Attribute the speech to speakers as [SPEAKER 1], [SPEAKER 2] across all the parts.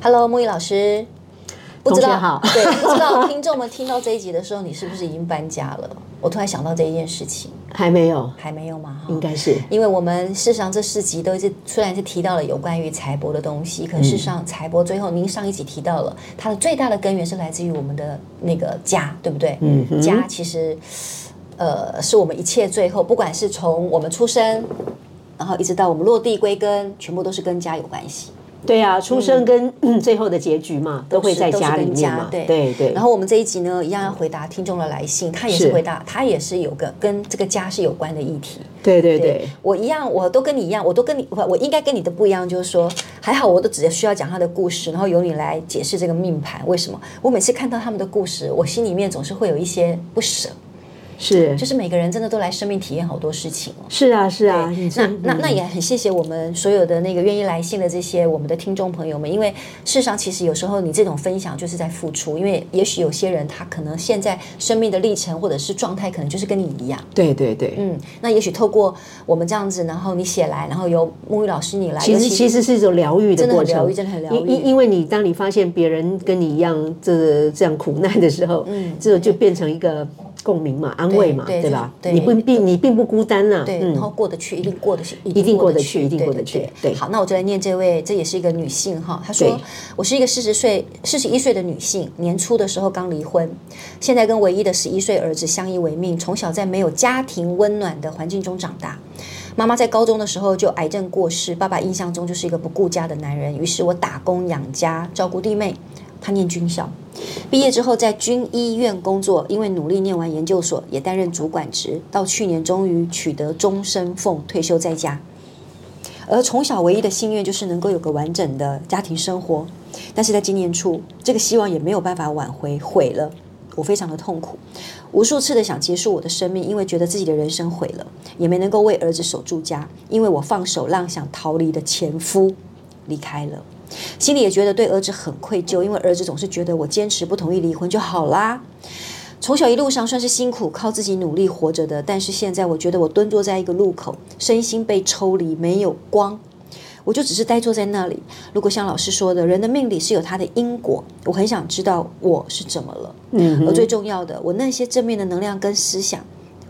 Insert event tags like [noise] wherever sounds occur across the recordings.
[SPEAKER 1] Hello，木易老师，不知道
[SPEAKER 2] 同学好
[SPEAKER 1] 对，不知道听众们听到这一集的时候，你是不是已经搬家了？我突然想到这一件事情，
[SPEAKER 2] 还没有，
[SPEAKER 1] 还没有吗？哈
[SPEAKER 2] 应该是
[SPEAKER 1] 因为我们事实上这四集都是虽然是提到了有关于财帛的东西，
[SPEAKER 2] 嗯
[SPEAKER 1] 可事实上财帛最后您上一集提到了它的最大的根源是来自于我们的那个家，对不对？
[SPEAKER 2] 嗯哼
[SPEAKER 1] 家其实呃是我们一切最后，不管是从我们出生，然后一直到我们落地归根，全部都是跟家有关系。
[SPEAKER 2] 对啊，出生跟、嗯最后的结局嘛，都会
[SPEAKER 1] 是
[SPEAKER 2] 在
[SPEAKER 1] 都是
[SPEAKER 2] 家里
[SPEAKER 1] 跟
[SPEAKER 2] 面
[SPEAKER 1] 家
[SPEAKER 2] 嘛，
[SPEAKER 1] 对
[SPEAKER 2] 对对。
[SPEAKER 1] 然后我们这一集呢，一样要回答听众的来信，他也是
[SPEAKER 2] 是
[SPEAKER 1] 回答，他也是有个跟这个家是有关的议题。
[SPEAKER 2] 对对
[SPEAKER 1] 对
[SPEAKER 2] 对，
[SPEAKER 1] 我一样，我都跟你一样，我都跟你，我我应该跟你的不一样，就是说，还好我都只需要讲他的故事，然后由你来解释这个命盘为什么。我每次看到他们的故事，我心里面总是会有一些不舍，
[SPEAKER 2] 是
[SPEAKER 1] 就是每个人真的都来生命体验好多事情哦。
[SPEAKER 2] 是啊是啊，你
[SPEAKER 1] 那
[SPEAKER 2] 说
[SPEAKER 1] 那那也很谢谢我们所有的那个愿意来信的这些我们的听众朋友们，因为事实上其实有时候你这种分享就是在付出，因为也许有些人他可能现在生命的历程或者是状态可能就是跟你一样，
[SPEAKER 2] 对对对，
[SPEAKER 1] 嗯，那也许透过我们这样子，然后你写来，然后由沐浴老师你来，
[SPEAKER 2] 其
[SPEAKER 1] 尤
[SPEAKER 2] 实其实是一种疗愈的
[SPEAKER 1] 真的
[SPEAKER 2] 过
[SPEAKER 1] 很
[SPEAKER 2] 程，
[SPEAKER 1] 疗愈真的很疗
[SPEAKER 2] 因因
[SPEAKER 1] 愈
[SPEAKER 2] 因为你当你发现别人跟你一样这这样苦难的时候，嗯，这就变成一个共鸣嘛，安慰嘛，
[SPEAKER 1] 对
[SPEAKER 2] 对吧？
[SPEAKER 1] 对
[SPEAKER 2] 你不并你并不孤单啊嗯呐，
[SPEAKER 1] 对，然后过得去，一定过得去，
[SPEAKER 2] 一定过得去
[SPEAKER 1] 去，
[SPEAKER 2] 一定
[SPEAKER 1] 对
[SPEAKER 2] 过得
[SPEAKER 1] 对
[SPEAKER 2] 去
[SPEAKER 1] 对，
[SPEAKER 2] 对
[SPEAKER 1] 好，那我就来念这位，这也是一个女性哈，她说
[SPEAKER 2] 对：“
[SPEAKER 1] 我是一个四十岁、四十一岁的女性，年初的时候刚离婚，现在跟唯一的十一岁儿子相依为命，从小在没有家庭温暖的环境中长大。”妈妈在高中的时候就癌症过世，爸爸印象中就是一个不顾家的男人。于是我打工养家，照顾弟妹。她念军校，毕业之后在军医院工作，因为努力念完研究所，也担任主管职，到去年终于取得终身俸，退休在家。而从小唯一的心愿就是能够有个完整的家庭生活，但是在今年初，这个希望也没有办法挽回，毁了。我非常的痛苦，无数次的想结束我的生命，因为觉得自己的人生毁了，也没能够为儿子守住家，因为我放手让想逃离的前夫离开了，心里也觉得对儿子很愧疚，因为儿子总是觉得我坚持不同意离婚就好啦，从小一路上算是辛苦，靠自己努力活着的。但是现在我觉得我蹲坐在一个路口，身心被抽离，没有光，我就只是呆坐在那里。如果像老师说的，人的命里是有他的因果，我很想知道我是怎么了。嗯，而最重要的，我那些正面的能量跟思想，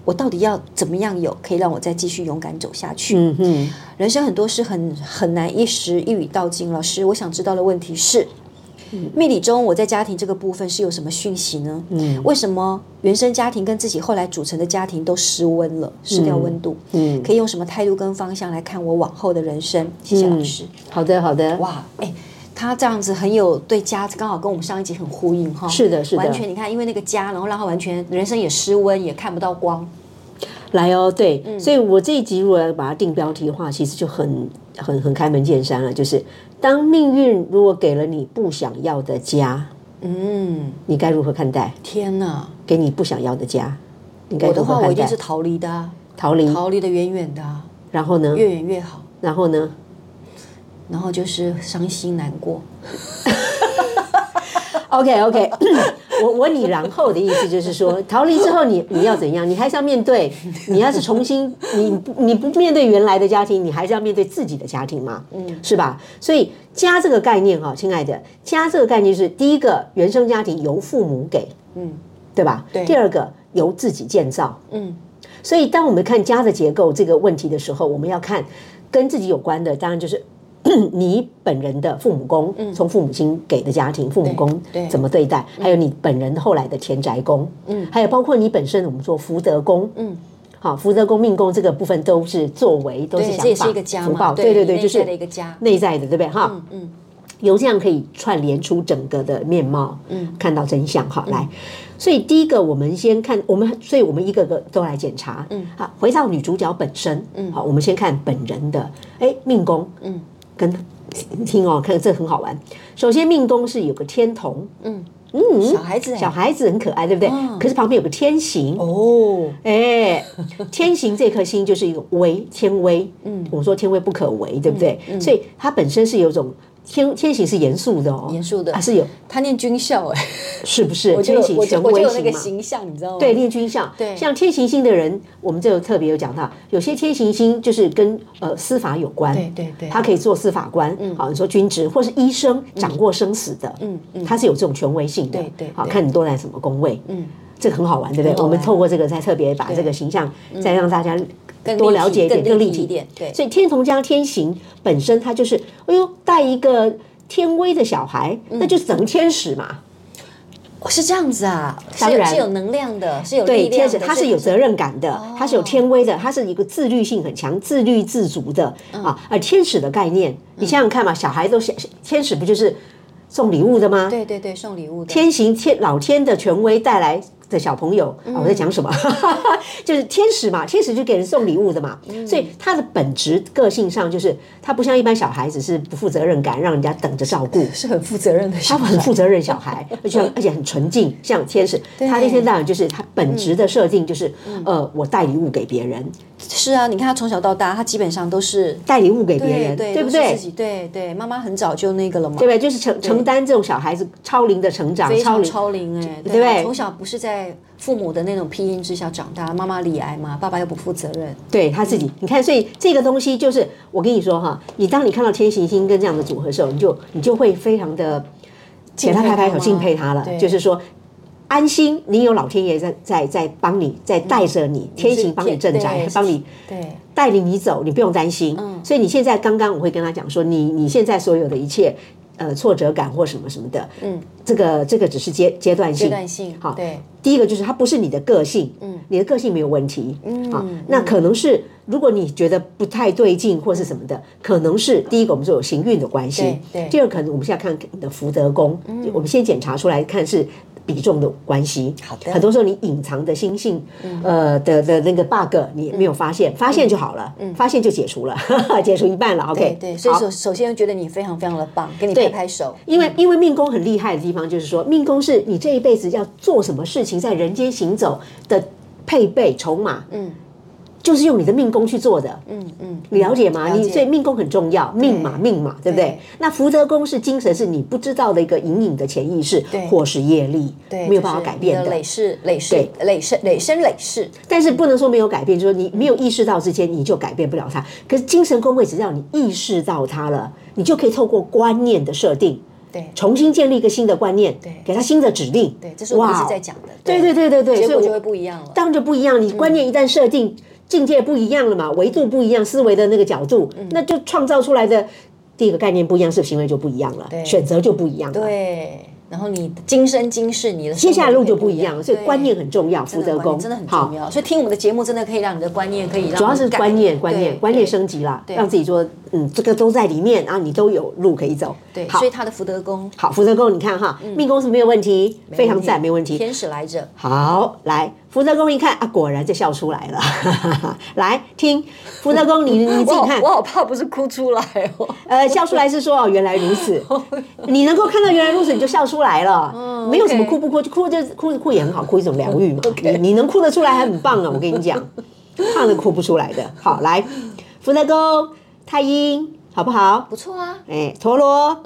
[SPEAKER 1] 我到底要怎么样有，可以让我再继续勇敢走下去？
[SPEAKER 2] 嗯哼，
[SPEAKER 1] 人生很多事很很难一时一语道尽。老师，我想知道的问题是，
[SPEAKER 2] 嗯
[SPEAKER 1] 命理中我在家庭这个部分是有什么讯息呢？嗯，为什么原生家庭跟自己后来组成的家庭都失温了，失掉温度？
[SPEAKER 2] 嗯
[SPEAKER 1] 可以用什么态度跟方向来看我往后的人生？谢谢
[SPEAKER 2] 嗯
[SPEAKER 1] 老师。
[SPEAKER 2] 好的好的，
[SPEAKER 1] 哇，哎、他这样子很有对家，刚好跟我们上一集很呼应哈。
[SPEAKER 2] 是的是的
[SPEAKER 1] 完全你看，因为那个家，然后让他完全人生也失温，也看不到光。
[SPEAKER 2] 来哦，对，
[SPEAKER 1] 嗯
[SPEAKER 2] 所以我这一集如果要把它定标题的话，其实就很很很开门见山了，就是当命运如果给了你不想要的家，
[SPEAKER 1] 嗯，
[SPEAKER 2] 你该如何看待？
[SPEAKER 1] 天哪！
[SPEAKER 2] 给你不想要的家，你该
[SPEAKER 1] 我的
[SPEAKER 2] 如
[SPEAKER 1] 话，
[SPEAKER 2] 何
[SPEAKER 1] 我一
[SPEAKER 2] 看
[SPEAKER 1] 定
[SPEAKER 2] 待
[SPEAKER 1] 是？逃离的、啊。
[SPEAKER 2] 逃离，
[SPEAKER 1] 逃离的远远的、啊，
[SPEAKER 2] 然后呢？
[SPEAKER 1] 越远越好。
[SPEAKER 2] 然后呢？
[SPEAKER 1] 然后就是伤心难过，
[SPEAKER 2] OK OK，我 [coughs] 我你然后的意思就是说，逃离之后你你要怎样？你还是要面对，你要是重新，你不你不面对原来的家庭，你还是要面对自己的家庭嘛，嗯，是吧？所以家这个概念哈，亲爱的，家这个概念是第一个，原生家庭由父母给，嗯，对吧？对第二个由自己建造，
[SPEAKER 1] 嗯，
[SPEAKER 2] 所以当我们看家的结构这个问题的时候，我们要看跟自己有关的，当然就是 [clears throat] 你本人的父母宫，从父母亲给的家庭父母宫
[SPEAKER 1] 嗯对嗯对
[SPEAKER 2] 怎么对待，还有你本人后来的田宅宫，嗯，还有包括你本身我们说福德宫，嗯。好，福德宫、命宫这个部分都是作为，都是
[SPEAKER 1] 对这也
[SPEAKER 2] 想法，
[SPEAKER 1] 是一个家
[SPEAKER 2] 福
[SPEAKER 1] 嘛
[SPEAKER 2] 报，
[SPEAKER 1] 对
[SPEAKER 2] 对对
[SPEAKER 1] 你
[SPEAKER 2] 对，
[SPEAKER 1] 内
[SPEAKER 2] 就是
[SPEAKER 1] 在的一个家
[SPEAKER 2] 内在的，对不对？哈，
[SPEAKER 1] 嗯，
[SPEAKER 2] 由这样可以串联出整个的面貌，嗯，看到真相。好，来，所以第一个我们先看，我们所以我们一个个都来检查，嗯，好，回到女主角本身，嗯，好，我们先看本人的，哎，命宫，嗯，跟听哦，看这很好玩。首先命宫是有个天同，
[SPEAKER 1] 小孩子哎
[SPEAKER 2] 小孩子很可爱，对不对？可是旁边有个天刑，
[SPEAKER 1] 哦，
[SPEAKER 2] 哎，天行这颗星就是一个为天威，嗯，我们说天威不可为，对不对？所以它本身是有一种天天行是严肃的哦，
[SPEAKER 1] 严肃的
[SPEAKER 2] 啊是有
[SPEAKER 1] 他念军校哎，
[SPEAKER 2] 是不是？
[SPEAKER 1] 我就
[SPEAKER 2] 天
[SPEAKER 1] 有
[SPEAKER 2] 行
[SPEAKER 1] 我就
[SPEAKER 2] 权
[SPEAKER 1] 我就
[SPEAKER 2] 威
[SPEAKER 1] 有那个
[SPEAKER 2] 型嘛。
[SPEAKER 1] 形象，你知道吗？
[SPEAKER 2] 对，练军校，
[SPEAKER 1] 对
[SPEAKER 2] 像天行星的人，我们这有特别有讲到，有些天行星就是跟呃司法有关，
[SPEAKER 1] 对对嗯对
[SPEAKER 2] 他可以做司法官，好，你说军职或是医生，掌握生死的，嗯嗯，他是有这种权威性的，
[SPEAKER 1] 对对
[SPEAKER 2] 好
[SPEAKER 1] 对
[SPEAKER 2] 看你落在什么宫位，嗯，这个很好玩，对不
[SPEAKER 1] 很好
[SPEAKER 2] 对？我们
[SPEAKER 1] 玩嗯
[SPEAKER 2] 透过这个再特别把这个形象再让大家多了解一点，
[SPEAKER 1] 更
[SPEAKER 2] 更
[SPEAKER 1] 立
[SPEAKER 2] 立
[SPEAKER 1] 体
[SPEAKER 2] 体
[SPEAKER 1] 一点对
[SPEAKER 2] 所以天同加天行本身它就是，哎呦，带一个天威的小孩，
[SPEAKER 1] 嗯
[SPEAKER 2] 那就是整个天使嘛，
[SPEAKER 1] 哦是这样子啊，是
[SPEAKER 2] 当
[SPEAKER 1] 有
[SPEAKER 2] 然
[SPEAKER 1] 是有能量的，是有力
[SPEAKER 2] 对，
[SPEAKER 1] 量的，
[SPEAKER 2] 天使他是有责任感的，
[SPEAKER 1] 哦
[SPEAKER 2] 他是有天威的，他是一个自律性很强、自律自足的
[SPEAKER 1] 嗯
[SPEAKER 2] 啊。而天使的概念，你想想看嘛，小孩都想天使不就是送礼物的吗？
[SPEAKER 1] 对对对，送礼物的，
[SPEAKER 2] 天行天老天的权威带来的小朋友
[SPEAKER 1] 嗯
[SPEAKER 2] 啊，我在讲什么？ [laughs] 就是天使嘛，天使就给人送礼物的嘛，
[SPEAKER 1] 嗯
[SPEAKER 2] 所以他的本质个性上就是他不像一般小孩子是不负责任感，让人家等着照顾。
[SPEAKER 1] 是很负责任的小
[SPEAKER 2] 他
[SPEAKER 1] 孩，
[SPEAKER 2] 很负责任，
[SPEAKER 1] [laughs]
[SPEAKER 2] 小孩，而且而且很纯净，像天使。他那天当然就是他本职的设定就是，
[SPEAKER 1] 嗯
[SPEAKER 2] 呃，我带礼物给别人，
[SPEAKER 1] 是啊，你看他从小到大，他基本上都是
[SPEAKER 2] 带礼物给别
[SPEAKER 1] 对
[SPEAKER 2] 人，
[SPEAKER 1] 对
[SPEAKER 2] 对不
[SPEAKER 1] 都是
[SPEAKER 2] 对
[SPEAKER 1] 自？己对对，妈妈很早就那个了嘛，
[SPEAKER 2] 对不对？就是承承担这种小孩子超龄的成长，
[SPEAKER 1] 非
[SPEAKER 2] 超
[SPEAKER 1] 常
[SPEAKER 2] 龄。
[SPEAKER 1] 超龄哎，
[SPEAKER 2] 对不
[SPEAKER 1] 啊
[SPEAKER 2] 对
[SPEAKER 1] 从小不是在父母的那种庇荫之下长大，妈妈离癌嘛，爸爸又不负责任，
[SPEAKER 2] 对他自己，你看，所以这个东西就是我跟你说哈，你当你看到天行星跟这样的组合的时候，你就你就会非常的给他拍拍手，
[SPEAKER 1] 吗
[SPEAKER 2] 敬佩他了，就是说。安心，你有老天爷在在在帮你，在带着你，
[SPEAKER 1] 嗯
[SPEAKER 2] 天行帮你
[SPEAKER 1] 天
[SPEAKER 2] 镇宅
[SPEAKER 1] 对，
[SPEAKER 2] 帮你
[SPEAKER 1] 对，
[SPEAKER 2] 带领你走，你不用担心。
[SPEAKER 1] 嗯
[SPEAKER 2] 所以你现在刚刚我会跟他讲说，你你现在所有的一切，呃，挫折感或什么什么的，嗯，这个这个只是阶阶段性，
[SPEAKER 1] 阶段性
[SPEAKER 2] 好，
[SPEAKER 1] 对，
[SPEAKER 2] 第一个就是它不是你的个性，嗯，你的个性没有问题，嗯，啊，那可能
[SPEAKER 1] 嗯
[SPEAKER 2] 是如果你觉得不太对劲或是什么的，可能是第一个我们说有行运的关系，
[SPEAKER 1] 对嗯对
[SPEAKER 2] 第二可能我们现在看你的福德宫，我们先检查出来看是。比重的关系，
[SPEAKER 1] 好的嗯
[SPEAKER 2] 很多时候你隐藏的心性，呃的的那个 bug 你没有发现，发现就好了，发现就解除了， [laughs] 解除一半了
[SPEAKER 1] 对
[SPEAKER 2] ，OK，
[SPEAKER 1] 嗯对，所以
[SPEAKER 2] 好
[SPEAKER 1] 首首先觉得你非常非常的棒，给你拍拍手，
[SPEAKER 2] 因为因为命宫很厉害的地方，就是说命宫是你这一辈子要做什么事情，在人间行走的配备筹码，嗯，就是用你的命宫去做的，
[SPEAKER 1] 嗯嗯，
[SPEAKER 2] 你了解吗？
[SPEAKER 1] 了解
[SPEAKER 2] 你所以命宫很重要，命嘛命嘛，对不对
[SPEAKER 1] 对？
[SPEAKER 2] 那福德宫是精神，是你不知道的一个隐隐的潜意识
[SPEAKER 1] 对，
[SPEAKER 2] 或是业力，
[SPEAKER 1] 对，
[SPEAKER 2] 没有办法改变
[SPEAKER 1] 就是你
[SPEAKER 2] 的
[SPEAKER 1] 累。世累世累生累生累世，
[SPEAKER 2] 但是不能说没有改变，就是说你没有意识到之前，你就改变不了它。可是精神宫位只要你意识到它了，你就可以透过观念的设定，
[SPEAKER 1] 对
[SPEAKER 2] 重新建立一个新的观念，
[SPEAKER 1] 对
[SPEAKER 2] 给他新的指令，
[SPEAKER 1] 对，这是我们一
[SPEAKER 2] 哇哦
[SPEAKER 1] 直在讲的，
[SPEAKER 2] 对对对对对，
[SPEAKER 1] 结
[SPEAKER 2] 所以
[SPEAKER 1] 果
[SPEAKER 2] 我
[SPEAKER 1] 就会不一样了。
[SPEAKER 2] 当然就不一样，你观念一旦设定，境界不一样了嘛，维度不一样，思维的那个角度，
[SPEAKER 1] 嗯
[SPEAKER 2] 那就创造出来的第一个概念不一样，是不是行为就不一样了
[SPEAKER 1] 对，
[SPEAKER 2] 选择就不一样了。
[SPEAKER 1] 对，然后你今生今世你的
[SPEAKER 2] 接下来路就不一
[SPEAKER 1] 样
[SPEAKER 2] 样了，所以观念很重要，福
[SPEAKER 1] 真的
[SPEAKER 2] 德
[SPEAKER 1] 观
[SPEAKER 2] 宫
[SPEAKER 1] 念真的很重
[SPEAKER 2] 好，
[SPEAKER 1] 要，所以听我们的节目真的可以让你的观念可以让
[SPEAKER 2] 主要是
[SPEAKER 1] 你嗯改
[SPEAKER 2] 观念，观念，
[SPEAKER 1] 对
[SPEAKER 2] 观念
[SPEAKER 1] 对
[SPEAKER 2] 升级啦，让自己说，嗯，这个都在里面，然后你都有路可以走。
[SPEAKER 1] 对，
[SPEAKER 2] 好
[SPEAKER 1] 所以，嗯他的福德宫嗯
[SPEAKER 2] 好，福德宫你看哈，命宫是没有问题，非常赞，没问题。
[SPEAKER 1] 天使来着，
[SPEAKER 2] 好，来福德宫一看啊，果然就笑出来了。 [laughs] 来听福德宫，你
[SPEAKER 1] 我
[SPEAKER 2] 你自己
[SPEAKER 1] 好
[SPEAKER 2] 看
[SPEAKER 1] 我，好怕不是哭出来哦。
[SPEAKER 2] 呃，笑出来是说哦，原来
[SPEAKER 1] [laughs]
[SPEAKER 2] 如此。你能够看到原来如此，你就笑出来了，没有什么
[SPEAKER 1] 嗯 OK
[SPEAKER 2] 哭不哭，哭就哭哭也很好，哭一种疗愈
[SPEAKER 1] [laughs]
[SPEAKER 2] 嘛。你你能哭得出来，还很棒啊！我跟你讲，胖的哭不出来的。好，来福德宫太阴好不好？
[SPEAKER 1] 不错啊，
[SPEAKER 2] 哎，陀螺，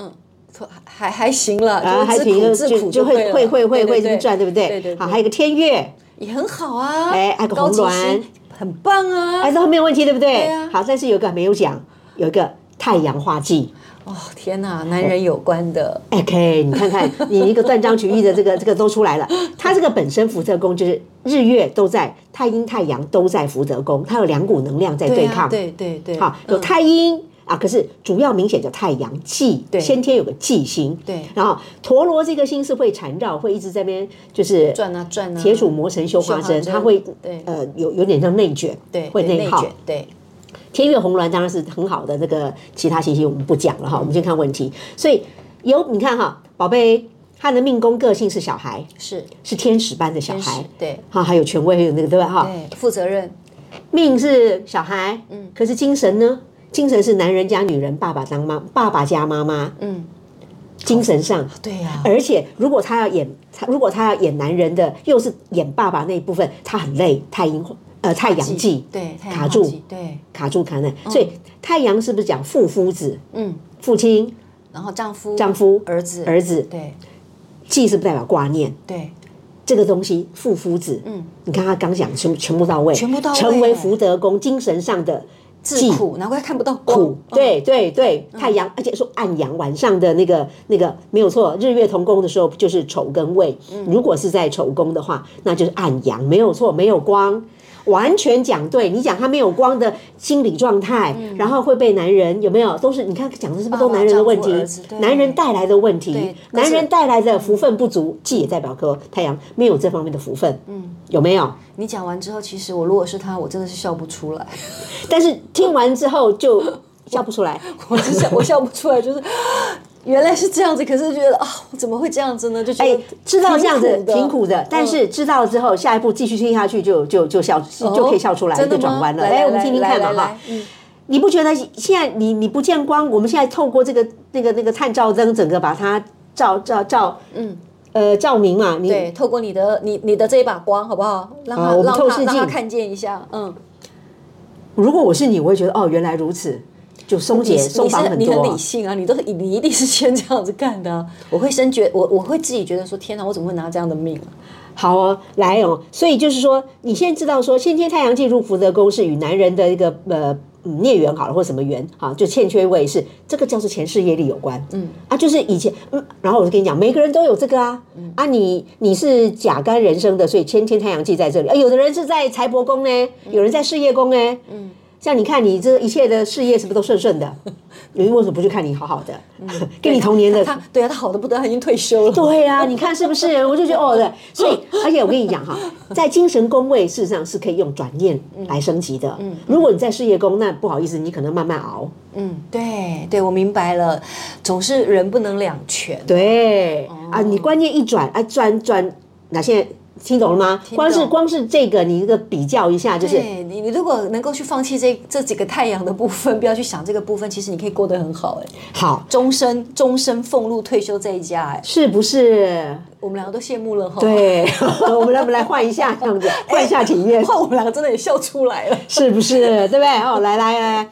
[SPEAKER 1] 错还还行了，
[SPEAKER 2] 啊，还
[SPEAKER 1] 嗯就是
[SPEAKER 2] 挺
[SPEAKER 1] 自苦自
[SPEAKER 2] 就
[SPEAKER 1] 苦
[SPEAKER 2] 就
[SPEAKER 1] 对
[SPEAKER 2] 会
[SPEAKER 1] 了
[SPEAKER 2] 会会会会这
[SPEAKER 1] 对
[SPEAKER 2] 么转，对不
[SPEAKER 1] 对
[SPEAKER 2] 对
[SPEAKER 1] 对，？
[SPEAKER 2] 好，
[SPEAKER 1] 对
[SPEAKER 2] 还有个天月，
[SPEAKER 1] 也很好啊，
[SPEAKER 2] 哎还有个
[SPEAKER 1] 高
[SPEAKER 2] 红
[SPEAKER 1] 级
[SPEAKER 2] 鸾
[SPEAKER 1] 心很棒啊
[SPEAKER 2] 哎，。都没有问题，对不对？
[SPEAKER 1] 对啊
[SPEAKER 2] 好，但是有一个没有讲，有一个太阳化忌。
[SPEAKER 1] 哦天哪，男人有关的，
[SPEAKER 2] OK，你看看你一个断章取义的这个这个都出来了。它这个本身福德宫就是日月都在，太阴太阳都在福德宫，它有两股能量在哎对
[SPEAKER 1] 啊
[SPEAKER 2] 抗。
[SPEAKER 1] 对对对，嗯
[SPEAKER 2] 好，有太阴。啊，可是主要明显叫太阳忌
[SPEAKER 1] 对，
[SPEAKER 2] 先天有个忌星，
[SPEAKER 1] 对
[SPEAKER 2] 然后陀螺这颗星是会缠绕，会一直在那边就是
[SPEAKER 1] 转啊转啊，
[SPEAKER 2] 铁杵磨成绣花
[SPEAKER 1] 绣花
[SPEAKER 2] 针，
[SPEAKER 1] 针
[SPEAKER 2] 它会
[SPEAKER 1] 对
[SPEAKER 2] 呃有有点像内卷，
[SPEAKER 1] 对
[SPEAKER 2] 会
[SPEAKER 1] 对
[SPEAKER 2] 内耗
[SPEAKER 1] 卷，，对
[SPEAKER 2] 天月红鸾当然是很好的，这个其他行星我们不讲了哈，我们先看问题。所以有你看哈，宝贝，他的命宫个性是小孩，
[SPEAKER 1] 是
[SPEAKER 2] 是天使般的小
[SPEAKER 1] 天使
[SPEAKER 2] 孩，
[SPEAKER 1] 对
[SPEAKER 2] 哈，还有权威，还有那个对吧哈？
[SPEAKER 1] 对负责任
[SPEAKER 2] 命是小孩，嗯，可是精神呢？精神是男人加女人，爸爸当妈，爸爸加妈妈，
[SPEAKER 1] 嗯，
[SPEAKER 2] 精神上。
[SPEAKER 1] 对呀、
[SPEAKER 2] 而且，如果他要演，他如果他要演男人的，又是演爸爸那一部分，他很累，太阴，呃，太阳气，
[SPEAKER 1] 对，太阳
[SPEAKER 2] 卡住
[SPEAKER 1] 旺季对，
[SPEAKER 2] 卡住卡难。所以，太阳是不是讲父夫子？
[SPEAKER 1] 嗯，
[SPEAKER 2] 父亲、
[SPEAKER 1] 然后丈夫、
[SPEAKER 2] 丈夫、
[SPEAKER 1] 儿子、
[SPEAKER 2] 儿子，
[SPEAKER 1] 对
[SPEAKER 2] 气是不是代表挂念？
[SPEAKER 1] 对，
[SPEAKER 2] 这个东西，父夫子，
[SPEAKER 1] 嗯，
[SPEAKER 2] 你看他刚讲全部全部到位，
[SPEAKER 1] 全部到位
[SPEAKER 2] 成为福德宫精神上的
[SPEAKER 1] 自苦，难怪看不到哦光
[SPEAKER 2] 苦，，对对对，太阳，
[SPEAKER 1] 嗯
[SPEAKER 2] 而且说暗阳晚上的那个那个没有错，日月同宫的时候就是丑跟未，
[SPEAKER 1] 嗯
[SPEAKER 2] 如果是在丑宫的话，那就是暗阳，没有错，没有光。完全讲对，你讲他没有光的心理状态，
[SPEAKER 1] 嗯
[SPEAKER 2] 然后会被男人有没有都是你看讲的是不是都
[SPEAKER 1] 爸爸
[SPEAKER 2] 男人的问
[SPEAKER 1] 丈
[SPEAKER 2] 题
[SPEAKER 1] 夫儿子，对
[SPEAKER 2] 男人带来的问题
[SPEAKER 1] 对，
[SPEAKER 2] 男人带来的福分不足，既也代表说太阳没有这方面的福分，嗯，有没有？
[SPEAKER 1] 你讲完之后，其实我如果是他，我真的是笑不出来， [laughs]
[SPEAKER 2] 但是听完之后就笑不出来，
[SPEAKER 1] 我只笑， [laughs] 我笑不出来，就是 [gasps] 原来是这样子，可是觉得啊，我怎么会这样子呢？就觉
[SPEAKER 2] 哎
[SPEAKER 1] 得，
[SPEAKER 2] 知道这样子
[SPEAKER 1] 挺苦嗯
[SPEAKER 2] 挺苦的，但是知道了之后，下一步继续听下去就就就笑就可以笑出来，
[SPEAKER 1] 哦真的
[SPEAKER 2] 就
[SPEAKER 1] 吗
[SPEAKER 2] 转弯了。
[SPEAKER 1] 来
[SPEAKER 2] 哎，
[SPEAKER 1] 来
[SPEAKER 2] 我们听听看嘛
[SPEAKER 1] 来来
[SPEAKER 2] 哈
[SPEAKER 1] 来。嗯
[SPEAKER 2] 你不觉得现在你你不见光，我们现在透过这个那个那个探照灯，整个把它照照照，嗯，呃，照明嘛，你
[SPEAKER 1] 对，透过你的你你的这一把光，好不好？让他、
[SPEAKER 2] 好啊我们
[SPEAKER 1] 让
[SPEAKER 2] 透
[SPEAKER 1] 他
[SPEAKER 2] 视
[SPEAKER 1] 让他
[SPEAKER 2] 镜
[SPEAKER 1] 看见一下，嗯，
[SPEAKER 2] 如果我是你，我会觉得哦，原来如此，就松解
[SPEAKER 1] 你是
[SPEAKER 2] 松
[SPEAKER 1] 你
[SPEAKER 2] 绑
[SPEAKER 1] 是
[SPEAKER 2] 很
[SPEAKER 1] 你很
[SPEAKER 2] 多
[SPEAKER 1] 理。性啊，你都你一定是先这样子干的啊、我会深觉我我会自己觉得说，天哪，我怎么会拿这样的命啊、
[SPEAKER 2] 好哦，来哦，所以就是说，你现在知道说，先天太阳进入福德宫是与男人的一个呃嗯孽缘好了，或什么缘啊，就欠缺位是这个叫做前世业力有关，嗯啊，就是以前嗯，然后我就跟你讲，每个人都有这个啊，啊你你是甲干人生的，所以先天太阳记在这里，啊，有的人是在财帛宫呢，有人在事业宫呢，嗯。像你看，你这一切的事业是不是都顺顺的？你为什么不去看你好好的， [laughs] 跟你同年的
[SPEAKER 1] 他对啊，他好的不得了，他已经退休了。
[SPEAKER 2] 对呀、你看是不是？我就觉得哦，对，所以而且我跟你讲哈，在精神宫位事实上是可以用转念来升级的。嗯，如果你在事业宫，那不好意思，你可能慢慢熬。
[SPEAKER 1] 嗯，对对，我明白了，总是人不能两全。
[SPEAKER 2] 对、啊，你观念一转，啊，转转，那现在听懂了吗？
[SPEAKER 1] 听懂
[SPEAKER 2] 光是光是这个，你一个比较一下，就是
[SPEAKER 1] 对你，你如果能够去放弃这这几个太阳的部分，不要去想这个部分，其实你可以过得很好、哎，
[SPEAKER 2] 好，
[SPEAKER 1] 终身终身俸禄退休这一家、哎，
[SPEAKER 2] 是不是？
[SPEAKER 1] 我们两个都羡慕了哈。，
[SPEAKER 2] 对， [laughs] 我们来我们来换一下这样子，换一下体验。
[SPEAKER 1] 后我们两个真的也笑出来了。 [laughs]
[SPEAKER 2] 是不是？对不对？哦，来来来，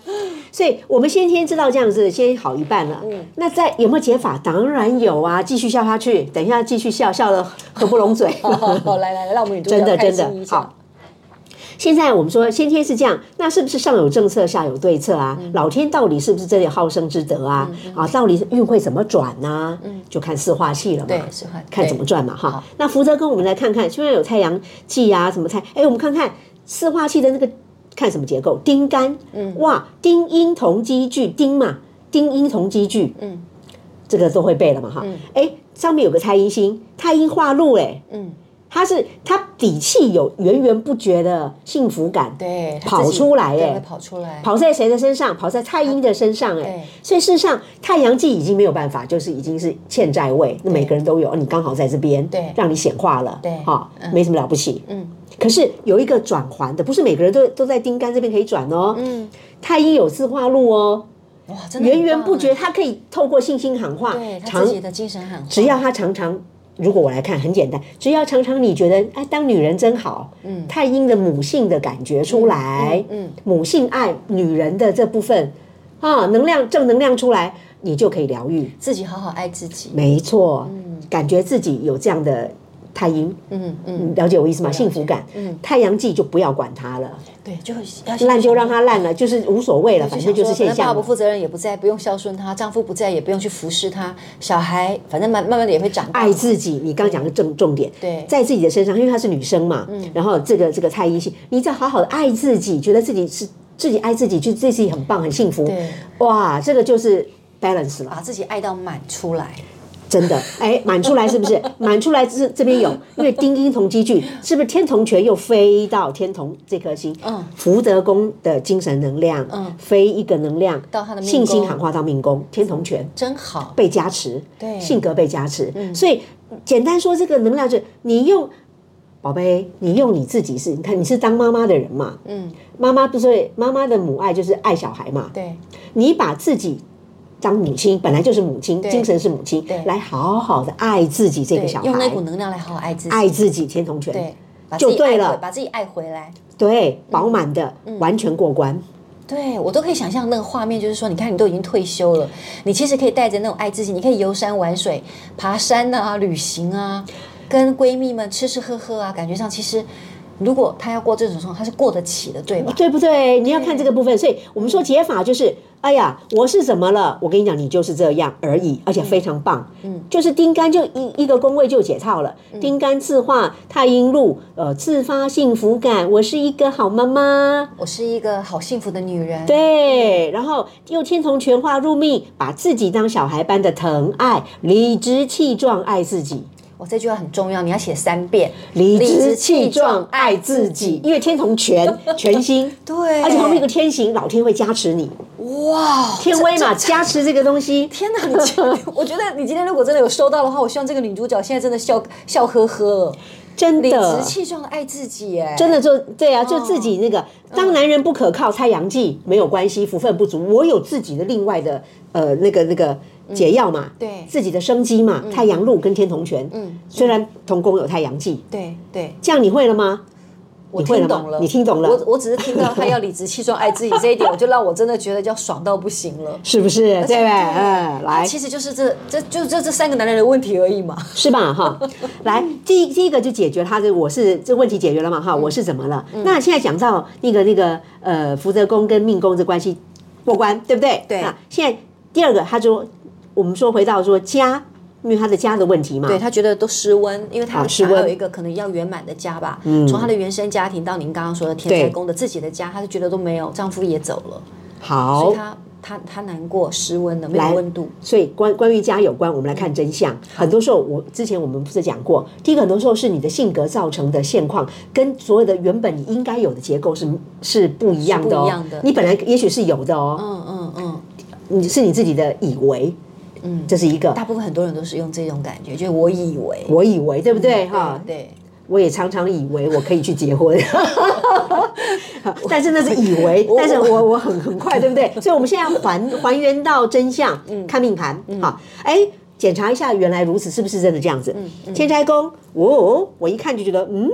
[SPEAKER 2] 所以我们先天知道这样子，先好一半了。嗯，那在有没有解法？当然有啊，继续笑下去，等一下继续笑，笑了合不
[SPEAKER 1] [laughs]
[SPEAKER 2] 拢嘴。
[SPEAKER 1] 好好好，来来来，让我们女主角
[SPEAKER 2] [laughs] 真的
[SPEAKER 1] 哦开
[SPEAKER 2] 真
[SPEAKER 1] 心
[SPEAKER 2] 的
[SPEAKER 1] 一下
[SPEAKER 2] 好。。现在我们说先天是这样，那是不是上有政策，下有对策啊？
[SPEAKER 1] 嗯
[SPEAKER 2] 老天到底是不是真的有好生之德啊？啊，到底是运会怎么转呢、就看四化气了嘛。
[SPEAKER 1] 嗯对是化
[SPEAKER 2] 看
[SPEAKER 1] 对
[SPEAKER 2] 怎么转嘛哈
[SPEAKER 1] 好。
[SPEAKER 2] 那福德跟我们来看看，虽然有太阳气啊，什么太，哎，我们看看四化气的那个看什么结构？丁干，嗯，哇，丁阴同基聚，丁嘛，丁阴同基聚，嗯，这个都会背了嘛哈。哎、上面有个太阴星，太阴化禄、哎，
[SPEAKER 1] 嗯，
[SPEAKER 2] 它是它底气有源源不绝的幸福感，
[SPEAKER 1] 对，他
[SPEAKER 2] 跑
[SPEAKER 1] 自己
[SPEAKER 2] 出来
[SPEAKER 1] 对
[SPEAKER 2] 哎
[SPEAKER 1] 会跑出来，
[SPEAKER 2] 跑在谁的身上？跑在太阴的身上哎、
[SPEAKER 1] 对
[SPEAKER 2] 所以事实上，太阳系已经没有办法，就是已经是欠债位，那每个人都有，你刚好在这边，
[SPEAKER 1] 对
[SPEAKER 2] 让你显化了，
[SPEAKER 1] 对
[SPEAKER 2] 哈、没什么了不起，
[SPEAKER 1] 嗯。
[SPEAKER 2] 可是有一个转环的，不是每个人都都在丁干这边可以转哦，嗯，太阴有自化路哦，
[SPEAKER 1] 哇，真的
[SPEAKER 2] 源
[SPEAKER 1] 很
[SPEAKER 2] 源
[SPEAKER 1] 棒
[SPEAKER 2] 不
[SPEAKER 1] 哎
[SPEAKER 2] 绝，，它可以透过信心喊话，
[SPEAKER 1] 对他
[SPEAKER 2] 常
[SPEAKER 1] 自己的精神喊话，
[SPEAKER 2] 只要他常常，如果我来看很简单，只要常常你觉得哎，当女人真好，嗯，太阴的母性的感觉出来，
[SPEAKER 1] 嗯嗯嗯
[SPEAKER 2] 母性爱女人的这部分啊，能量正能量出来，你就可以疗愈。
[SPEAKER 1] 自己好好爱自己，
[SPEAKER 2] 没错，感觉自己有这样的太阴，
[SPEAKER 1] 嗯嗯，
[SPEAKER 2] 嗯，了解我意思吗？幸福感，嗯，太阳季就不要管它了，
[SPEAKER 1] 对，就要
[SPEAKER 2] 烂就让它烂了，就是无所谓了，反正就是现
[SPEAKER 1] 爸爸
[SPEAKER 2] 象
[SPEAKER 1] 不
[SPEAKER 2] 嘛。
[SPEAKER 1] 负责任也不在，不用孝顺他，丈夫不在也不用去服侍他，小孩反正慢慢慢的也会长大，
[SPEAKER 2] 爱自己，你刚刚讲的重重点，
[SPEAKER 1] 对嗯
[SPEAKER 2] 在自己的身上，因为她是女生嘛，然后这个这个蔡依性，你只要好好的爱自己，觉得自己是自己爱自己，就自己很棒很幸福
[SPEAKER 1] 对，
[SPEAKER 2] 哇，这个就是 balance 了，
[SPEAKER 1] 把自己爱到满出来，
[SPEAKER 2] 真的，哎，满出来是不是？满出来这这边有，因为丁阴同积聚，是不是天同权又飞到天同这颗星？
[SPEAKER 1] 嗯
[SPEAKER 2] 福德宫的精神能量，
[SPEAKER 1] 嗯
[SPEAKER 2] 飞一个能量
[SPEAKER 1] 到他的命宫
[SPEAKER 2] 信心喊话到命宫，天同权。
[SPEAKER 1] 真好，
[SPEAKER 2] 被加持，
[SPEAKER 1] 对嗯
[SPEAKER 2] 性格被加持。所以简单说，这个能量就是你用宝贝，你用你自己是，你看你是当妈妈的人嘛，嗯，妈妈不是妈妈的母爱就是爱小孩嘛，
[SPEAKER 1] 对，
[SPEAKER 2] 你把自己当母亲，本来就是母亲，
[SPEAKER 1] 对
[SPEAKER 2] 精神是母亲
[SPEAKER 1] 对，
[SPEAKER 2] 来好好的爱自己这个小
[SPEAKER 1] 对用那
[SPEAKER 2] 孩
[SPEAKER 1] 股，能量来好好爱自己，
[SPEAKER 2] 爱自己天同权
[SPEAKER 1] 对，，嗯把
[SPEAKER 2] 就
[SPEAKER 1] 自己爱
[SPEAKER 2] 对
[SPEAKER 1] 回
[SPEAKER 2] 了
[SPEAKER 1] 把自己爱回来。
[SPEAKER 2] 对，饱满的，完全过关，
[SPEAKER 1] 对我都可以想象那个画面，就是说，你看你都已经退休了，你其实可以带着那种爱自己，你可以游山玩水、爬山啊、旅行啊，跟闺蜜们吃吃喝喝啊，感觉上其实如果她要过这种生活，她是过得起的，对吧？
[SPEAKER 2] 哦对不对？你要看这个部分，所以我们说解法就是，哎呀，我是怎么了？我跟你讲，你就是这样而已，而且非常棒。嗯，就是丁干就一一个宫位就解套了。丁干字化太阴路，呃，自发幸福感，我是一个好妈妈。
[SPEAKER 1] 我是一个好幸福的女人，
[SPEAKER 2] 对，然后又天从全化入命，把自己当小孩般的疼爱，理直气壮爱自己，
[SPEAKER 1] 我这句话很重要，你要写三遍，
[SPEAKER 2] 理直气壮爱自己，因为天从 [laughs] 全全心，
[SPEAKER 1] 对，
[SPEAKER 2] 而且旁边有个天行，老天会加持你，
[SPEAKER 1] 哇，
[SPEAKER 2] 天威嘛，
[SPEAKER 1] 这，这
[SPEAKER 2] 加持这个东西。
[SPEAKER 1] 天哪！你今我觉得你今天如果真的有收到的话，我希望这个女主角现在真的笑笑呵呵了，
[SPEAKER 2] 真
[SPEAKER 1] 理直
[SPEAKER 2] 的，
[SPEAKER 1] 气壮的爱自己，哎，
[SPEAKER 2] 真的就对啊，就自己那个，当男人不可靠，猜阳忌没有关系，福分不足，我有自己的另外的呃那个那个解药嘛，
[SPEAKER 1] 嗯对嗯
[SPEAKER 2] 自己的生机嘛，太阳路跟天同权，嗯，虽然同宫有太阳忌，
[SPEAKER 1] 对对。
[SPEAKER 2] 这样你会了吗？
[SPEAKER 1] 我
[SPEAKER 2] 你会
[SPEAKER 1] 听
[SPEAKER 2] 了吗
[SPEAKER 1] 懂了，
[SPEAKER 2] 你听懂了
[SPEAKER 1] 我我只是听到他要理直气壮爱自己这一点，我就让我真的觉得叫爽到不行了。
[SPEAKER 2] 是不是？对不对？嗯，来，
[SPEAKER 1] 其实就是这这就就这三个男人的问题而已嘛。
[SPEAKER 2] 是吧？
[SPEAKER 1] [laughs]
[SPEAKER 2] 哈，来，第一第一个就解决他这我是这问题解决了嘛？哈，
[SPEAKER 1] 嗯
[SPEAKER 2] 我是怎么了？那现在讲到那个那个呃，福德宫跟命宫这关系过关，对不对？
[SPEAKER 1] 对
[SPEAKER 2] 那现在第二个，他说我们说回到说家，因为他的家的问题嘛，
[SPEAKER 1] 对他觉得都失温，因为他
[SPEAKER 2] 啊失
[SPEAKER 1] 还有
[SPEAKER 2] 温嗯
[SPEAKER 1] 一个可能要圆满的家吧。从他的原生家庭到您刚刚说的天
[SPEAKER 2] 对
[SPEAKER 1] 才宫的自己的家，他就觉得都没有，丈夫也走了，所
[SPEAKER 2] 好
[SPEAKER 1] 以，他他他难过，失温了，没
[SPEAKER 2] 哦来
[SPEAKER 1] 有温度。
[SPEAKER 2] 所以关关于家有关，我们来看真相。
[SPEAKER 1] 嗯
[SPEAKER 2] 很多时候，我之前我们不是讲过，第一个很多时候是你的性格造成的现况，跟所有的原本你应该有的结构是是不一样的
[SPEAKER 1] 是
[SPEAKER 2] 哦。
[SPEAKER 1] 不一样的
[SPEAKER 2] 你本来也许是有的哦，
[SPEAKER 1] 嗯嗯嗯，
[SPEAKER 2] 你是你自己的以为，嗯，这是一个
[SPEAKER 1] 大部分很多人都是用这种感觉，就是我以为，
[SPEAKER 2] 我以为，对不对哈？
[SPEAKER 1] 嗯对，
[SPEAKER 2] 我也常常以为我可以去结
[SPEAKER 1] [laughs]
[SPEAKER 2] 婚，但是那是以为
[SPEAKER 1] 我，
[SPEAKER 2] 但是我我很很快，对
[SPEAKER 1] [laughs]
[SPEAKER 2] 不对？所以我们现在要还还原到真相，
[SPEAKER 1] 嗯
[SPEAKER 2] 看命盘，好，哎，检查一下原来如此，是不是真的这样子？
[SPEAKER 1] 嗯
[SPEAKER 2] 天差宫，哦，我一看就觉得，嗯，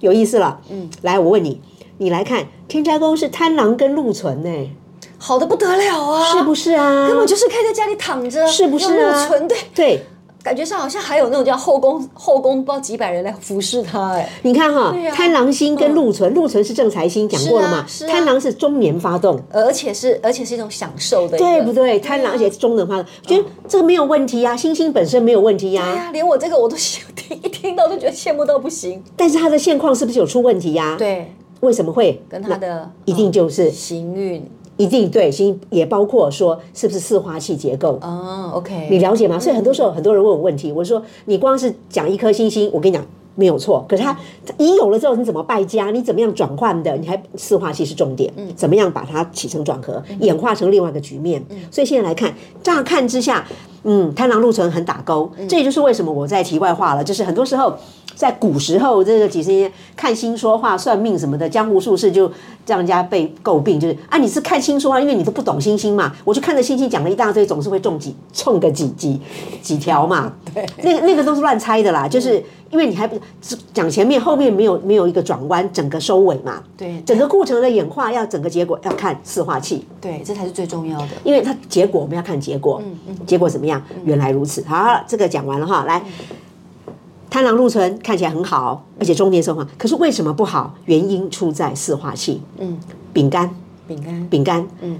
[SPEAKER 2] 有意思了，嗯，来，我问你，你来看天差宫是贪狼跟禄存呢、
[SPEAKER 1] 好的不得了啊，
[SPEAKER 2] 是不是啊？
[SPEAKER 1] 根本就是可以在家里躺着，
[SPEAKER 2] 是不是
[SPEAKER 1] 用
[SPEAKER 2] 啊
[SPEAKER 1] 木存对，
[SPEAKER 2] 对，
[SPEAKER 1] 感觉上好像还有那种叫后宫，后宫不知道几百人来服侍他，哎，
[SPEAKER 2] 你看哈
[SPEAKER 1] 对，啊
[SPEAKER 2] 贪狼星跟禄存，禄存是正财星，讲过了嘛
[SPEAKER 1] 是啊是？啊
[SPEAKER 2] 贪狼是中年发动。
[SPEAKER 1] 而且是而且是一种享受的一个，
[SPEAKER 2] 对不对？贪婪而且中等化的，觉得这个没有问题呀、啊星星本身没有问题
[SPEAKER 1] 嗯
[SPEAKER 2] 啊呀、
[SPEAKER 1] 对哎啊呀、连我这个我都羡听一听到都觉得羡慕到不行。
[SPEAKER 2] 但是它的现况是不是有出问题呀、，
[SPEAKER 1] 对，
[SPEAKER 2] 为什么会？
[SPEAKER 1] 跟他的嗯呃
[SPEAKER 2] 一定就是、
[SPEAKER 1] 行运，
[SPEAKER 2] 一定对，星也包括说是不是四化器结构。
[SPEAKER 1] 嗯
[SPEAKER 2] 你
[SPEAKER 1] ，OK，
[SPEAKER 2] 了解吗？所以很多时候很多人问我问题，我说你光是讲一颗星星，我跟你讲没有错。可是它你有了之后，你怎么败家？你怎么样转换的？你还四化系是重点，怎么样把它起承转合，演化成另外一个局面？所以现在来看，乍看之下，嗯，贪狼禄存很打勾，这也就是为什么我在题外话了，就是很多时候。在古时候，这个几十年看星说话、算命什么的，江湖术士就让人家被诟病，就是啊，你是看星说话，因为你都不懂星星嘛。我就看着星星讲了一大堆，总是会中几中个几几几条嘛。对，那个那个都是乱猜的啦，就是因为你还不只讲前面，后面没有没有一个转弯，整个收尾嘛。
[SPEAKER 1] 对
[SPEAKER 2] 整个过程的演化要整个结果要看四化器。
[SPEAKER 1] 对，这才是最重要的。
[SPEAKER 2] 因为它结果我们要看结果，
[SPEAKER 1] 嗯
[SPEAKER 2] 结果怎么样？原来如此。好，这个讲完了哈，来。贪狼禄存看起来很好，而且中年生活，可是为什么不好？原因出在四化气，嗯，丙干，
[SPEAKER 1] 饼干，
[SPEAKER 2] 丙干，嗯，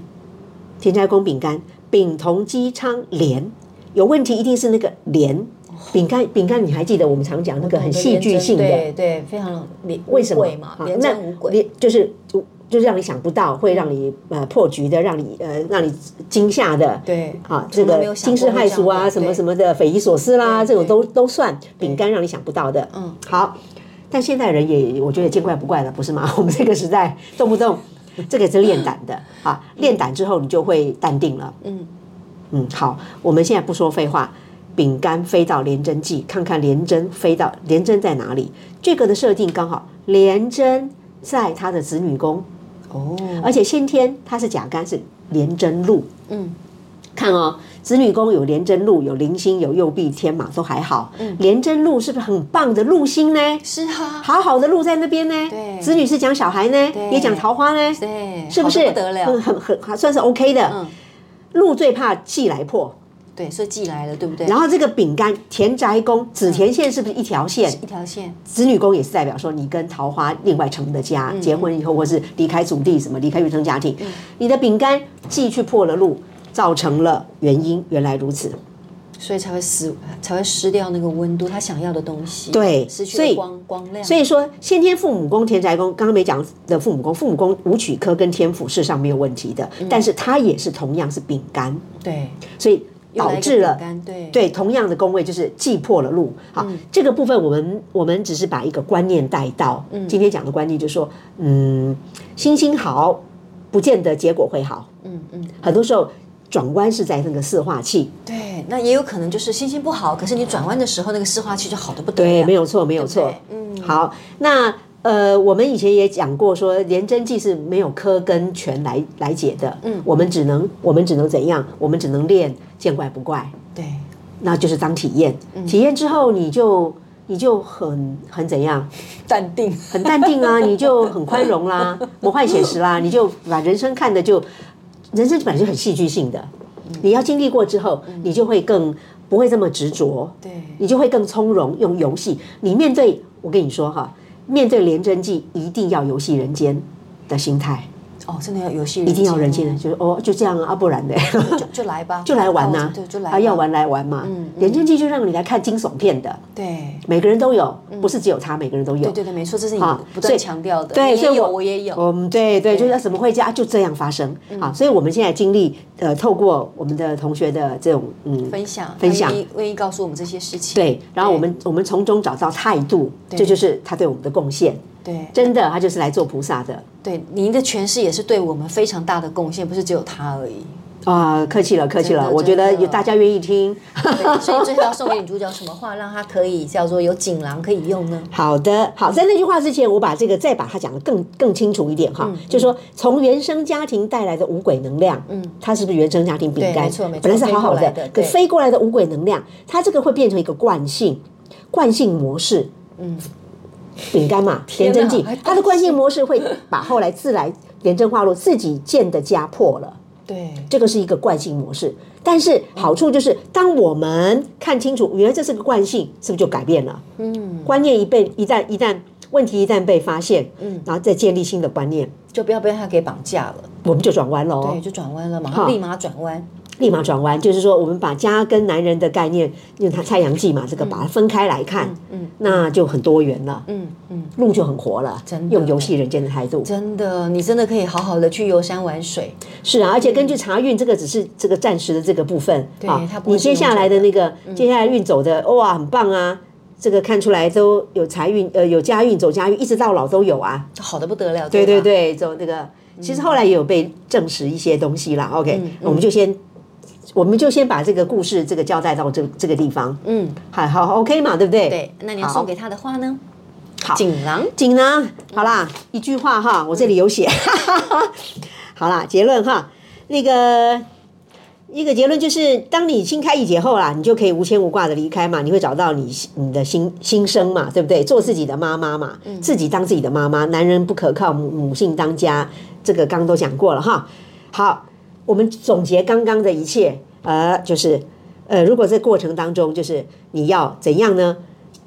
[SPEAKER 2] 天灾宫丙干，丙同基昌连有问题，一定是那个连丙干，丙干，你还记得我们常讲那个很戏剧性的，
[SPEAKER 1] 哦对对，非常连
[SPEAKER 2] 为什么
[SPEAKER 1] 无鬼嘛
[SPEAKER 2] 啊，
[SPEAKER 1] 连
[SPEAKER 2] 那
[SPEAKER 1] 贞无鬼，
[SPEAKER 2] 连就是就是让你想不到，会让你呃破局的，让你呃让你惊吓的，
[SPEAKER 1] 对
[SPEAKER 2] 啊，这
[SPEAKER 1] 从来嗯没
[SPEAKER 2] 个
[SPEAKER 1] 有想过
[SPEAKER 2] 惊世骇
[SPEAKER 1] 会这
[SPEAKER 2] 俗
[SPEAKER 1] 样
[SPEAKER 2] 啊，
[SPEAKER 1] 的
[SPEAKER 2] 什么
[SPEAKER 1] 对
[SPEAKER 2] 什么的匪夷所思啦，
[SPEAKER 1] 对
[SPEAKER 2] 这种
[SPEAKER 1] 对
[SPEAKER 2] 都都算饼干让你想不到的。嗯，好，但现代人也我觉得见怪不怪了，不是吗？我 [laughs] 们这个时代动不动这个是练胆的啊，练胆之后你就会淡定了。嗯嗯，好，我们现在不说废话。饼干飞到廉贞记，看看廉贞飞到廉贞在哪里。这个的设定刚好，廉贞在他的子女宫，
[SPEAKER 1] 哦，
[SPEAKER 2] 而且先天他是甲干，是廉贞禄。
[SPEAKER 1] 嗯，
[SPEAKER 2] 看哦，子女宫有廉贞禄，有零星，有右弼、天马，都还好。
[SPEAKER 1] 嗯
[SPEAKER 2] 廉贞禄是不是很棒的禄星呢？
[SPEAKER 1] 是啊，
[SPEAKER 2] 好好的路在那边呢，
[SPEAKER 1] 对
[SPEAKER 2] 子女是讲小孩呢
[SPEAKER 1] 对，
[SPEAKER 2] 也讲桃花呢，
[SPEAKER 1] 对，
[SPEAKER 2] 是不
[SPEAKER 1] 好
[SPEAKER 2] 是
[SPEAKER 1] 得不得
[SPEAKER 2] 很
[SPEAKER 1] 了？
[SPEAKER 2] 很很还算是 OK 的
[SPEAKER 1] 嗯。
[SPEAKER 2] 路最怕气来破，
[SPEAKER 1] 对，所以寄来了，对不对？
[SPEAKER 2] 然后这个饼干田宅宫紫田线是不是一条线？
[SPEAKER 1] 一条线，
[SPEAKER 2] 子女宫也是代表说你跟桃花另外成的家，
[SPEAKER 1] 嗯
[SPEAKER 2] 结婚以后或是离开祖地什么，离开原生家庭，你的饼干既去破了路，造成了原因，原来如此。
[SPEAKER 1] 所以才会死，才会失掉那个温度，他想要的东西，
[SPEAKER 2] 对
[SPEAKER 1] 失去
[SPEAKER 2] 所
[SPEAKER 1] 了
[SPEAKER 2] 以
[SPEAKER 1] 光光亮，
[SPEAKER 2] 所以说，先天父母宫、田宅宫，刚刚没讲的父母宫，父母宫武曲科跟天府事实上没有问题的，
[SPEAKER 1] 嗯
[SPEAKER 2] 但是它也是同样是丙干，
[SPEAKER 1] 对，
[SPEAKER 2] 所以
[SPEAKER 1] 又来
[SPEAKER 2] 导
[SPEAKER 1] 一个
[SPEAKER 2] 致了
[SPEAKER 1] 饼干嗯对
[SPEAKER 2] 对同样的宫位就是既破了路。好，这个部分我们我们只是把一个观念带到，
[SPEAKER 1] 嗯
[SPEAKER 2] 今天讲的观念就是说，嗯，心情好，不见得结果会好，
[SPEAKER 1] 嗯嗯，
[SPEAKER 2] 很多时候转弯是在那个四化气，
[SPEAKER 1] 对，那也有可能就是心情不好，可是你转弯的时候那个湿化器就好的不得
[SPEAKER 2] 对，
[SPEAKER 1] 了，
[SPEAKER 2] 没有错，没有
[SPEAKER 1] 对
[SPEAKER 2] 错。
[SPEAKER 1] 嗯，
[SPEAKER 2] 好，那呃，我们以前也讲过说，廉贞记是没有科跟权来来解的。嗯，我们只能我们只能怎样？我们只能练见怪不怪，
[SPEAKER 1] 对，
[SPEAKER 2] 那就是当体验。体验之后，你就你就很很怎样？
[SPEAKER 1] 淡定，
[SPEAKER 2] 很淡定啊，你就很宽容啦，魔幻写实啦，你就把人生看的就，人生本来就很戏剧性的，你要经历过之后，你就会更不会这么执着，
[SPEAKER 1] 对
[SPEAKER 2] 你就会更从容。用游戏，你面对我跟你说哈，面对廉贞记一定要游戏人间的心态，
[SPEAKER 1] 哦，真的要有些
[SPEAKER 2] 一定要人间的，就是哦就这样啊，啊不然呢？ [laughs]
[SPEAKER 1] 就就来吧，
[SPEAKER 2] 就来玩呐、
[SPEAKER 1] 哦对，就来吧嗯
[SPEAKER 2] 啊，要，玩来玩嘛。廉贞记就让你来看惊悚片的，
[SPEAKER 1] 对。
[SPEAKER 2] 每个人都有，
[SPEAKER 1] 嗯
[SPEAKER 2] 不是只有他，每个人都有。
[SPEAKER 1] 对对对，没错，这是你
[SPEAKER 2] 啊
[SPEAKER 1] 不
[SPEAKER 2] 所
[SPEAKER 1] 断
[SPEAKER 2] 以
[SPEAKER 1] 强调的。
[SPEAKER 2] 对，
[SPEAKER 1] 你也
[SPEAKER 2] 所以
[SPEAKER 1] 有，
[SPEAKER 2] 我
[SPEAKER 1] 我也有。嗯
[SPEAKER 2] 嗯，对对，就是怎么会这样，啊就这样发生啊？所以我们现在经历，呃，透过我们的同学的这种嗯
[SPEAKER 1] 分享，
[SPEAKER 2] 分享
[SPEAKER 1] 他愿意愿意告诉我们这些事情。
[SPEAKER 2] 对，然后我们我们从中找到态度，这就是他对我们的贡献。
[SPEAKER 1] 对
[SPEAKER 2] 真的，他就是来做菩萨的
[SPEAKER 1] 对，您的诠释也是对我们非常大的贡献，不是只有他而已。
[SPEAKER 2] 啊！客气了，客气
[SPEAKER 1] 真
[SPEAKER 2] 了，
[SPEAKER 1] 的
[SPEAKER 2] 我觉得
[SPEAKER 1] 真的
[SPEAKER 2] 有大家愿意听。
[SPEAKER 1] 对所以最后要送给女主角什么话，让她可以叫做有锦囊可以用呢？
[SPEAKER 2] [laughs] 好的，好，在那句话之前，我把这个再把它讲得更更清楚一点
[SPEAKER 1] 嗯
[SPEAKER 2] 哈，就是说从原生家庭带来的五鬼能量，嗯，它是不是原生家庭饼
[SPEAKER 1] 对
[SPEAKER 2] 干？
[SPEAKER 1] 没错没错
[SPEAKER 2] 本来是好好
[SPEAKER 1] 飞过来
[SPEAKER 2] 的
[SPEAKER 1] 的，
[SPEAKER 2] 可
[SPEAKER 1] 对
[SPEAKER 2] 飞过来的五鬼能量，它这个会变成一个惯性，惯性模式，嗯，饼干嘛，
[SPEAKER 1] 天
[SPEAKER 2] 廉
[SPEAKER 1] 哪
[SPEAKER 2] 贞剂
[SPEAKER 1] 还，
[SPEAKER 2] 它的惯性模式会把后来自来 [laughs] 廉贞化落自己建的家破了。
[SPEAKER 1] 对
[SPEAKER 2] 这个是一个惯性模式，但是好处就是，当我们看清楚，原来这是个惯性，是不是就改变了？嗯，观念一被一旦一旦问题一旦被发现，嗯，然后再建立新的观念，
[SPEAKER 1] 就不要被他给绑架了，
[SPEAKER 2] 我们就转弯喽。
[SPEAKER 1] 对，就转弯了，马上
[SPEAKER 2] 好
[SPEAKER 1] 立马转弯。
[SPEAKER 2] 立马转弯，就是说我们把家跟男人的概念，用它太阳系嘛，这个把它分开来看，嗯，那就很多元了，
[SPEAKER 1] 嗯嗯，
[SPEAKER 2] 路就很活了，
[SPEAKER 1] 真的
[SPEAKER 2] 用游戏人间的态度，
[SPEAKER 1] 真的，你真的可以好好的去游山玩水。
[SPEAKER 2] 是啊，而且根据查运，这个只是这个暂时的这个部分
[SPEAKER 1] 嗯
[SPEAKER 2] 啊
[SPEAKER 1] 对它不会
[SPEAKER 2] 你
[SPEAKER 1] 是
[SPEAKER 2] 接
[SPEAKER 1] 永
[SPEAKER 2] 下
[SPEAKER 1] 久的嗯
[SPEAKER 2] 来的那个、接下来运走的，哇，很棒啊！这个看出来都有财运，呃，有家运，走家运，一直到老都有啊。
[SPEAKER 1] 好的不得了，
[SPEAKER 2] 对对
[SPEAKER 1] 吧，
[SPEAKER 2] 对，走那个，
[SPEAKER 1] 嗯
[SPEAKER 2] 其实后来也有被证实一些东西啦。OK，、我们就先。我们就先把这个故事这个交代到这这个地方，
[SPEAKER 1] 嗯，
[SPEAKER 2] 好好 OK 嘛，对不对？
[SPEAKER 1] 对。那你要
[SPEAKER 2] 好
[SPEAKER 1] 送给他的话呢？
[SPEAKER 2] 好
[SPEAKER 1] 锦囊，
[SPEAKER 2] 锦囊，嗯好啦，一句话哈，我这里有写， [laughs] 好啦，结论哈，那个一个结论就是，当你心开一解后啦，你就可以无牵无挂的离开嘛，你会找到你你的心心声嘛，对不对？做自己的妈妈嘛，自己当自己的妈妈，男人不可靠，母母性当家，这个刚刚都讲过了哈。好，我们总结刚刚的一切，呃，就是呃，如果这过程当中，就是你要怎样呢？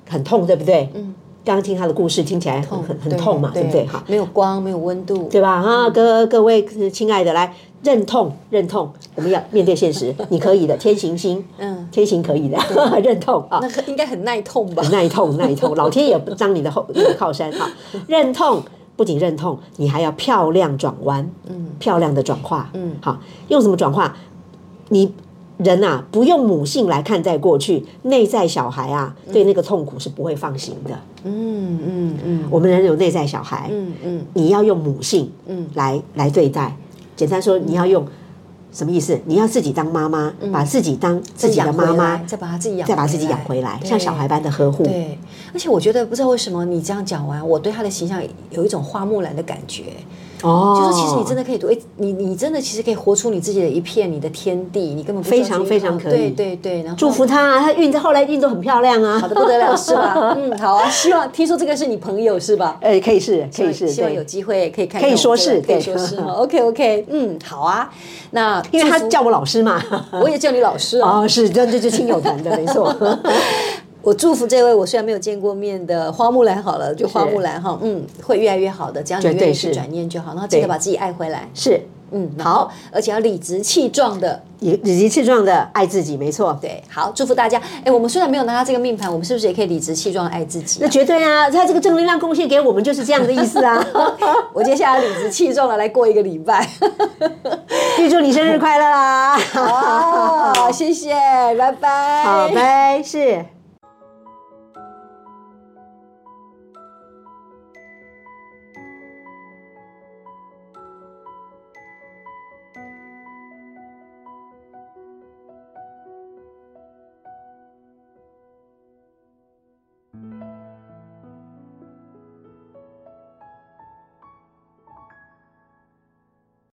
[SPEAKER 2] 很痛，对不对？嗯。刚刚听他的故事，听起来很很很痛嘛，对不对？哈，
[SPEAKER 1] 哦没有光，没有温度，
[SPEAKER 2] 对吧？哈、各各位亲爱的，来认痛，认痛，我们要面对现 [laughs] 实，你可以的，天行星，
[SPEAKER 1] 嗯
[SPEAKER 2] 嗯，天行可以的， [laughs] 认痛啊
[SPEAKER 1] 那，个应该很耐痛吧？
[SPEAKER 2] 耐痛耐痛，老天也不当你的后你的靠山 [laughs] 啊，认痛。不仅认痛，你还要漂亮转弯，嗯，漂亮的转化，嗯，好，用什么转化？你人啊，不用母性来看待过去，内在小孩啊，对那个痛苦是不会放行的。
[SPEAKER 1] 嗯嗯嗯
[SPEAKER 2] 我们人有内在小孩，
[SPEAKER 1] 嗯嗯，
[SPEAKER 2] 你要用母性，嗯，来来对待。简单说，你要用什么意思？你要自己当妈妈，把自己当自己的妈
[SPEAKER 1] 养回
[SPEAKER 2] 妈
[SPEAKER 1] 来，再把嗯他自己养，
[SPEAKER 2] 再把自己养回来，像小孩般的呵护。
[SPEAKER 1] 对，而且我觉得不知道为什么你这样讲完，我对他的形象有一种花木兰的感觉，
[SPEAKER 2] 哦，
[SPEAKER 1] 就是其实你真的可以读，哎，你你真的其实可以活出你自己的一片你的天地，你根本不知道
[SPEAKER 2] 非常
[SPEAKER 1] 这一
[SPEAKER 2] 非常
[SPEAKER 1] 块
[SPEAKER 2] 可
[SPEAKER 1] 对
[SPEAKER 2] 以
[SPEAKER 1] 对对，然后
[SPEAKER 2] 祝福他啊，他孕在后来孕都很漂亮啊， [laughs]
[SPEAKER 1] 好的不得了是吧？嗯，好啊，希望听说这个是你朋友是吧？
[SPEAKER 2] 呃，可以是，可以是，
[SPEAKER 1] 希望有
[SPEAKER 2] 对，
[SPEAKER 1] 机会可以看看
[SPEAKER 2] 可以
[SPEAKER 1] 我
[SPEAKER 2] 说
[SPEAKER 1] 这个可
[SPEAKER 2] 是
[SPEAKER 1] 以
[SPEAKER 2] 对
[SPEAKER 1] 说是 OK OK，嗯，好啊，那
[SPEAKER 2] 因为他
[SPEAKER 1] 祝福
[SPEAKER 2] 叫我老师嘛。
[SPEAKER 1] 我也叫你老师啊。
[SPEAKER 2] [laughs] 哦，是，这这就亲友团的，没
[SPEAKER 1] [laughs]
[SPEAKER 2] 错。
[SPEAKER 1] 我祝福这位我虽然没有见过面的花木兰好了，就花木兰哈，嗯，会越来越好的，只要你
[SPEAKER 2] 绝对
[SPEAKER 1] 愿意去
[SPEAKER 2] 是
[SPEAKER 1] 转念就好，然后记得
[SPEAKER 2] 对
[SPEAKER 1] 把自己爱回来，
[SPEAKER 2] 是，
[SPEAKER 1] 嗯，然后，而且要理直气壮的，
[SPEAKER 2] 理理直气壮的爱自己，没错。
[SPEAKER 1] 对，好，祝福大家。哎，我们虽然没有拿到这个命盘，我们是不是也可以理直气壮地爱自己
[SPEAKER 2] [laughs] 那
[SPEAKER 1] 啊？
[SPEAKER 2] 绝对啊，他这个正能量贡献给我们就是这样的意
[SPEAKER 1] [laughs]
[SPEAKER 2] 思啊。
[SPEAKER 1] 我接下来理直气壮的来过一个礼拜。
[SPEAKER 2] 预祝你生日快乐啦！啊
[SPEAKER 1] 哦好，谢谢，拜拜。
[SPEAKER 2] 好，拜，是。